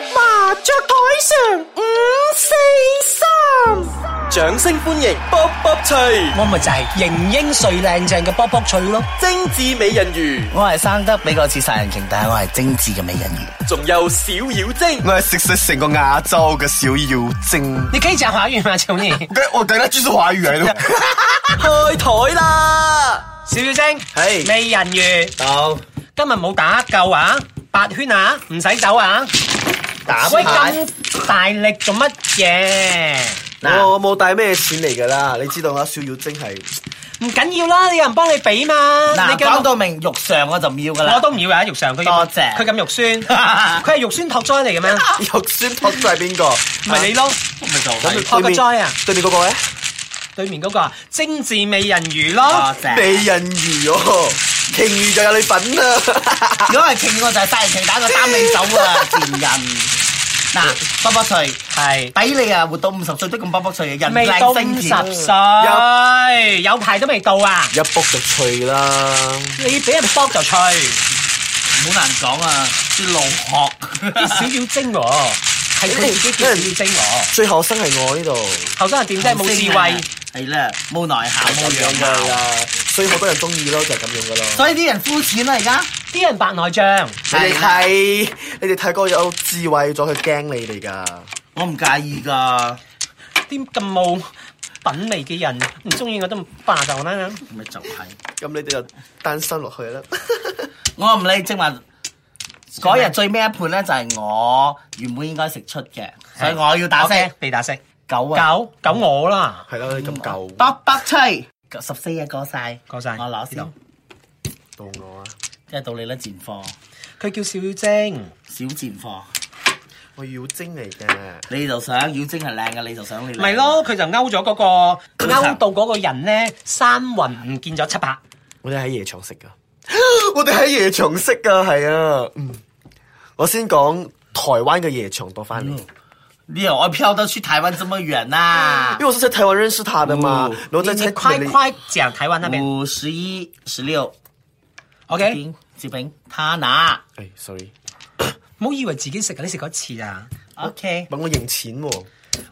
雀台上五四三，掌聲歡迎卜卜脆，我咪就係型英帥靚正嘅卜卜脆咯，精緻美人魚，我係生得比較似殺人鯨，但係我係精緻嘅美人魚。仲有小妖精，我係食食成個亞洲嘅小妖 精。你可以講華語 嘛，少年？我等下專注華語喺度。開台啦！小妖精，係美人魚，到今日冇打夠啊，八圈啊，唔使走啊，打喂牌咁大力做乜嘢？嗱，我冇帶咩錢嚟㗎啦，你知道啦，小妖精係唔緊要啦，有人幫你俾嘛，嗱你講到明肉上我就唔要噶我啦。都唔要啊，肉上佢多謝佢咁肉 酸，佢係肉酸托災嚟嘅咩？唔肉酸托咗係邊個？唔係你咯，咪就咁托個災啊！對面嗰個咧？對面嗰個啊，精緻美人魚咯，美人魚哦，鯨魚就有你份啦。如果係鯨，我就係殺人鯨打個三你手啊，賤人！嗱，卜卜脆，係抵你啊，活到五十歲都咁卜卜脆嘅人未靚到五聲十甜。歲，有排都未到啊！ 一卜就脆啦，你俾人剝就脆，好難講啊，啲老啲殼。小妖精喎，係佢自己叫小妖精喎，最後生係我呢度。後生人點真係冇智慧，係啦，冇內涵，冇咁樣樣㗎貌。啦，所以好多人中意咯，就係咁樣噶啦。所以啲人膚淺啦，而家啲人白內障，你哋睇，你哋睇過有智慧咗，佢驚你哋噶。我唔介意噶，啲咁冇品味嘅人唔中意我都霸就啦。咪就係、咁你哋就單身落去啦。我唔理，正話嗰日最尾一盤咧就係我原本應該食出嘅，所以我要打聲 OK，你打聲，九啊，九九我啦，係啦，你咁舊卜卜脆，十四啊過晒，過晒我攞先呢，到我啊！即係到你啦，賤貨，佢叫小妖精，小賤貨，我妖精嚟嘅，你就想妖精係靚嘅，你就想你靚咪咯，，佢就勾咗嗰個，佢就勾到嗰個人咧三魂唔見咗七魄。我哋喺夜場食噶， 我哋喺夜場食噶，係啊。嗯，我先講台灣嘅夜場多翻嚟，你有愛飄得出台灣這麼遠啊因？為我是在台灣認識他的嘛哦，然後在你在快台北快講台灣那邊五十一十六嗯，OK？志炳，他拿哎，sorry，唔好以為自己食啊，你食過一次啊。 ，OK，問我贏錢喎。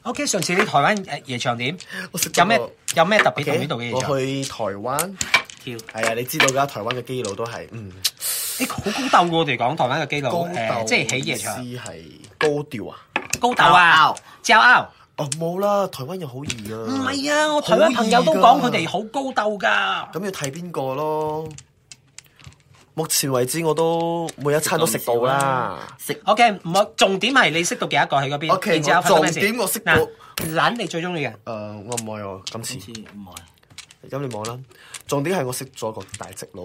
OK，上次你台灣誒夜場點我食？過有咩有咩特別同呢 OK，度嘅夜我場？去台灣，跳。係啊，你知道㗎，台灣嘅基佬都係嗯誒好高鬥喎，我哋講台灣嘅基佬高誒，鬥，即係喺夜場意思係高調啊。高鬥啊鬥，驕傲。哦，冇啦，台灣又好易啊。唔係啊，我台灣朋友都講佢哋好高鬥㗎。咁要睇邊個咯？目前為止我都每一餐都食到啦。食 OK，唔好重點係你識到幾多個喺嗰邊 OK，然之後我發生咩事重點我識到嗱懶你最中意嘅，誒、我唔愛我今次好，似唔係。咁你望啦。重點係我識咗個大隻佬，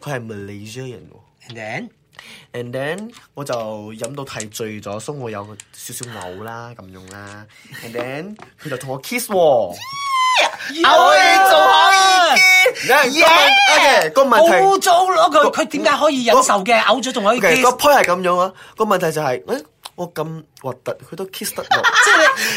佢係 Malaysia 人喎。 And then And then 我就飲到太醉咗，所以我有少少嘔啦咁樣啦。And then 佢就同我 kiss 喎。我哋仲可以你係個問 OK，個問題好污糟咯！佢個佢點解可以忍受嘅？嘔咗仲可以 OK，Oh， kiss 個 point 係咁樣啊。個問題就係、誒、我咁核突，佢都 kiss 得落。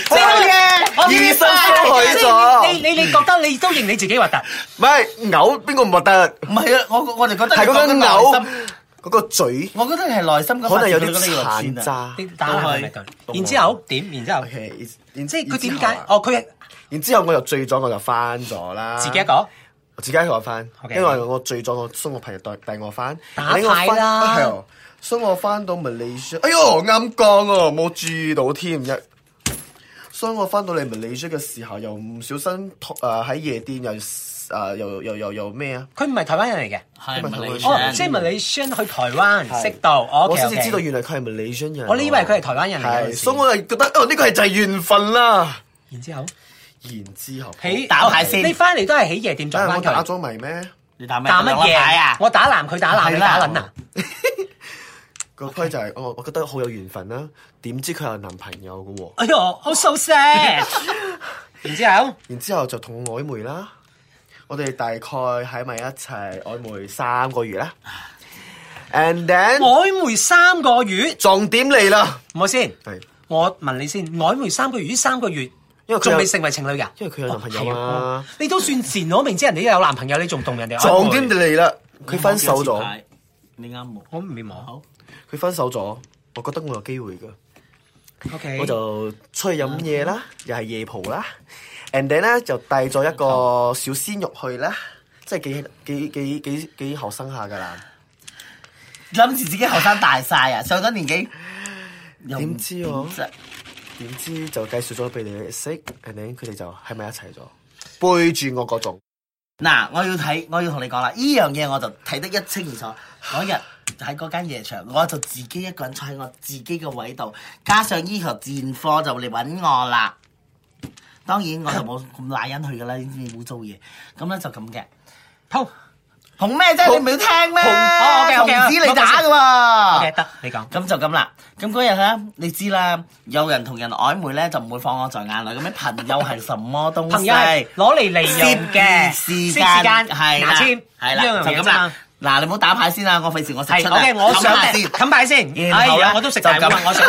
即係好你，嘢醫生都去咗你你你你覺得你都認你自己核突？唔係嘔，邊個唔核突？唔係啊！我我哋覺得係你嗰講間緊嘔內心，嗰個嘴我覺得你係內心嗰可能有份子佢覺啲得你肉殘酸啊渣。你打下係咪佢？然之後點？然之後 OK，然然即係佢點然之解後啊？哦，佢然之後我又醉咗，我就翻咗啦。自己一個。我自己一個翻， OK 因為我醉咗，我送我朋友帶帶我翻。打牌俾我返啦哎呦所以我翻到 Malaysia，哎呦啱講喎，冇注意到添一。所以我翻到嚟 Malaysia 嘅時候，又唔小心誒喺夜店又誒又又又又咩啊？佢唔係台灣人嚟嘅，係咪你哦，即係係咪你 s 去台灣識到嗯哦我？OK 先至知道 OK。原來佢係 Malaysian 人。啊我呢以為佢係台灣人嚟嘅係，嗰時所以我就覺得哦，呢個係就係緣分啦。然之後然之後，喺打牌先你翻嚟都係喺夜店撞但係翻我打佢。咗迷咩？你打咩打乜嘢牌啊？我打男，佢打男，係你啦打撚啊？個規就係哦我，我覺得好有緣分啦。點知佢有男朋友嘅喎，哎呦，好 so sad。然之 後然之後就同我曖昧啦。我哋大概喺埋一齊曖昧三個月啦。And then 曖昧三個月，重點嚟啦，唔好先。係我問你先，曖昧三個月，呢三個月因為佢有仲未成為情侶㗎？因為佢有男朋友啊哦啊嘛。你都算前攞明知人哋有男朋友，你仲同人哋曖重昧點哦就嚟啦，佢分手咗，，你啱冇？我唔明喎。佢分手咗，我覺得我有機會㗎。 OK 我就出去飲嘢啦，又係夜蒲啦，and then 咧就帶咗一個小鮮肉去啦，即係幾幾幾幾幾學生下㗎啦。諗住自己後生大晒啊，上咗年紀又唔啊點知我點啫點知就介紹咗俾你哋識，and then 佢哋就喺埋一齊咗，背住我嗰種。嗱，我要睇，我要同你講啦，呢樣嘢我就睇得一清二楚。嗰日喺嗰間夜場，我就自己一個人坐喺我自己嘅位度，加上呢頭戰科就嚟揾我啦。當然我就 冇咁賴人去噶啦，呢啲冇做嘢。咁咧就咁嘅，好紅咩啫？你唔要聽咩？哦，OK，OK，紅子你打噶，OK 喎。得，你講。咁就咁啦。咁嗰日咧，你知啦，有人同人曖昧咧，就唔會放我在眼內。咁樣朋友係什麼東西？朋友係攞嚟利用嘅，時攝時間係牙啦，籤，係呢啦，樣就嘢咁啫嘛啦。。嗱，你唔好打牌先啦，我費事我食係出啊，OK，我想冚下聽，先冚牌先。然哎後呀，呢我都食大就咁咁我想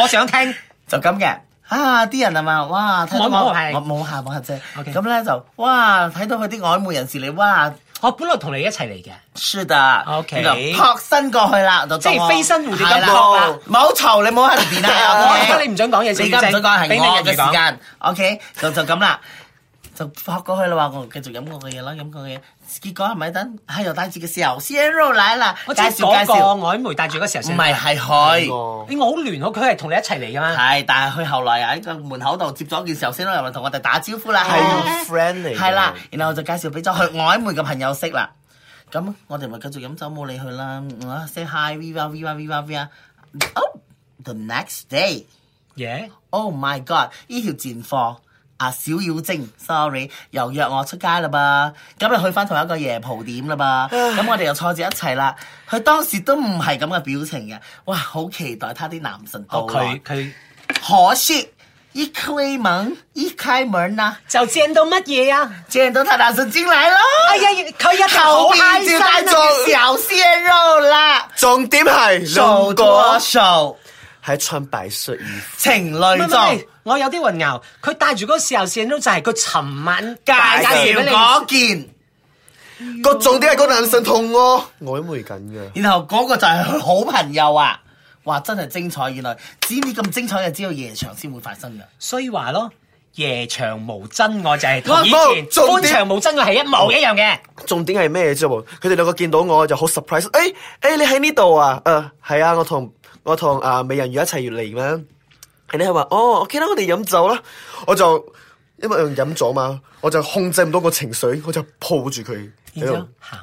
我想聽。就咁嘅。啊！啲人係咪哇？睇到摸我摸係我冇下冇下啫。 OK 咁咧就哇，睇到佢啲曖昧人士嚟，哇，我本來同你一齊嚟嘅， shit 啊 OK 你就撲身過去啦，就當我即係飛身蝴蝶咁係啦撲啦冇嘈，你唔好喺度變 我啦。覺得你唔想講嘢先你而家唔想講俾係你我嘅人哋講時間，OK，就就咁啦，就撲過去啦話我繼續飲我嘅嘢啦，飲我嘅嘢，結果係咪等係又帶住嘅時候，Zero 奶啦，我只介係紹嗰介個紹，唔曖昧帶住嗰時候先。哎係係佢。我咦，我好亂喎，佢係同你一齊嚟噶嘛？係，但係佢後來喺個門口度接咗件時候，先入嚟同我哋打招呼啦，係 friend 嚟㗎係啦，然後就介紹俾咗佢曖昧嘅朋友識啦。咁我哋咪繼續飲酒冇理佢啦，啊 "Ờ, say hi viva viva viva viva。Oh the next day。耶， Oh my god！呢條賤貨啊，小妖精，sorry，又約我出街啦噃，咁又去翻同一個夜蒲點啦噃，咁我哋又坐住一齊啦。佢當時都唔係咁嘅表情嘅，哇！好期待他啲男神到哦，來。佢佢可惜一開門，一開門啦、就正到乜嘢啊？見到他男神進來咯。哎呀，佢一定好後嗨面就心帶啊！着小鮮肉啦，重點係手兩個多手，係穿白色衣服，情唔係侶唔係裝。我有啲混淆，佢帶住嗰個時候線都就係佢尋晚介介紹俾你嗰件，個重點係個男神同我曖昧緊嘅。然後嗰個就係佢好朋友啊！哇，真係精彩！原來只呢咁精彩嘅，只有夜場先會發生嘅。衰話咯。夜場無真愛就係同我以前冇重歡點場無真愛係一模一樣嘅。重點係咩啫喎？佢哋兩個見到我就好 surprise，誒、誒、你喺呢度啊？誒、係啊，我同我同啊美人魚一齊嚟咩？人哋係話哦，OK 啦，我哋飲酒啦，我就因為飲咗嘛，我就控制唔到個情緒，我就抱住佢，然之後喊，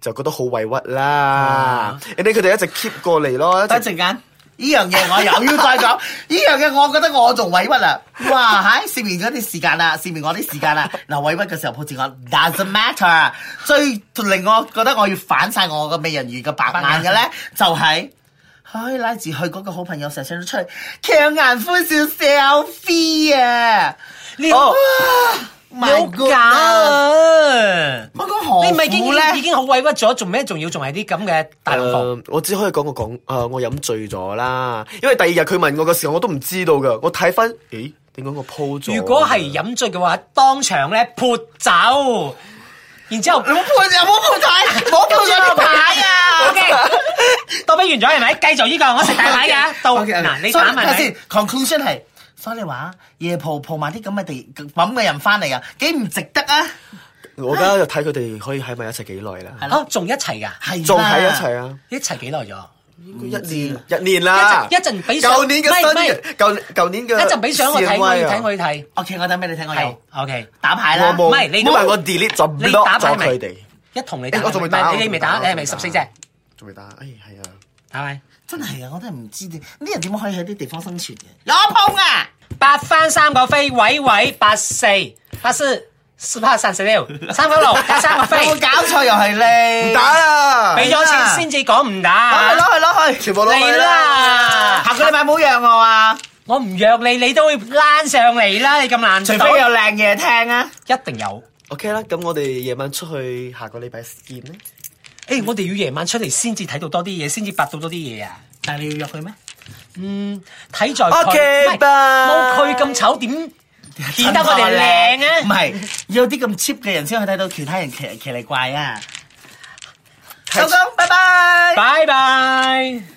就覺得好委屈啊啦。人哋佢哋一直 keep 過 嚟咯，一等一直陣間，呢樣嘢我又要再講，呢樣嘢我覺得我仲委屈啦。哇，喺試完嗰啲時間啦，試完我啲時間啦，嗱委屈嘅時候抱住我，doesn't matter。最令我覺得我要反晒我個美人魚嘅白眼嘅咧，就係、唉，拉住佢嗰個好朋友成日都出去強顏歡笑 selfie 啊！Oh，你好，My 假 God！啊！我講何你咪已經苦咧已？經好委屈咗，做咩仲要仲係啲咁嘅大龍鳳？呃誒我只可以講我講，誒、呃我飲醉咗啦。因為第二日佢問我嘅時候，我都唔知道噶。我睇翻，咦，點解我 po 咗？如果係飲醉嘅話，當場咧潑酒，然之後你冇判有冇判台，冇判咗啲牌啊 O K，到比完咗係咪？繼續呢個，我食大牌㗎。到 OK，嗱，你所以打埋睇先先。conclusion 係，所以你話夜蒲蒲埋啲咁嘅地咁嘅人翻嚟啊，幾唔值得啊？我而家就睇佢哋可以喺埋一齊幾耐啦，係啊，仲一齊㗎？係啦仲喺一齊，啊，一齊幾耐咗？一年一年啦，一陣一陣俾相舊年嘅唔新係唔人，舊舊年嘅一陣俾相我睇，示我威要啊睇，我要睇。 OK，我等俾你聽，我係有 O K，打牌我啦。冇，唔係你因為冇我 delete 咗你 block 打牌咗未佢哋，一同你打誒牌，我仲未打唔係你你未打，我仲你未打係咪十四隻？仲未打？哎，係啊，係咪？真係啊，我都係唔知啲啲人點可以喺啲地方生存嘅。攞碰啊！八番三個飛，位位八四八四四八三 四六三九六加三個飛，有冇搞錯又係你？唔打啦，俾咗錢先至講唔打攞去。攞去攞去，全部攞去你啦下個禮拜冇讓我啊，我唔約你，你都會躝上嚟啦！你咁難除做，非有靚嘢聽啊。一定有。 OK 啦，咁我哋夜晚出去，下個禮拜見啦。誒、我哋要夜晚出嚟先至睇到多啲嘢，先至發到多啲嘢啊！但係你要約佢咩？嗯，睇在佢 OK，唔係 bye 冇佢咁醜點顯得我哋靚唔啊！係，有啲咁 cheap 嘅人先可以睇到其他人奇奇嚟怪啊！收工，拜拜。拜拜。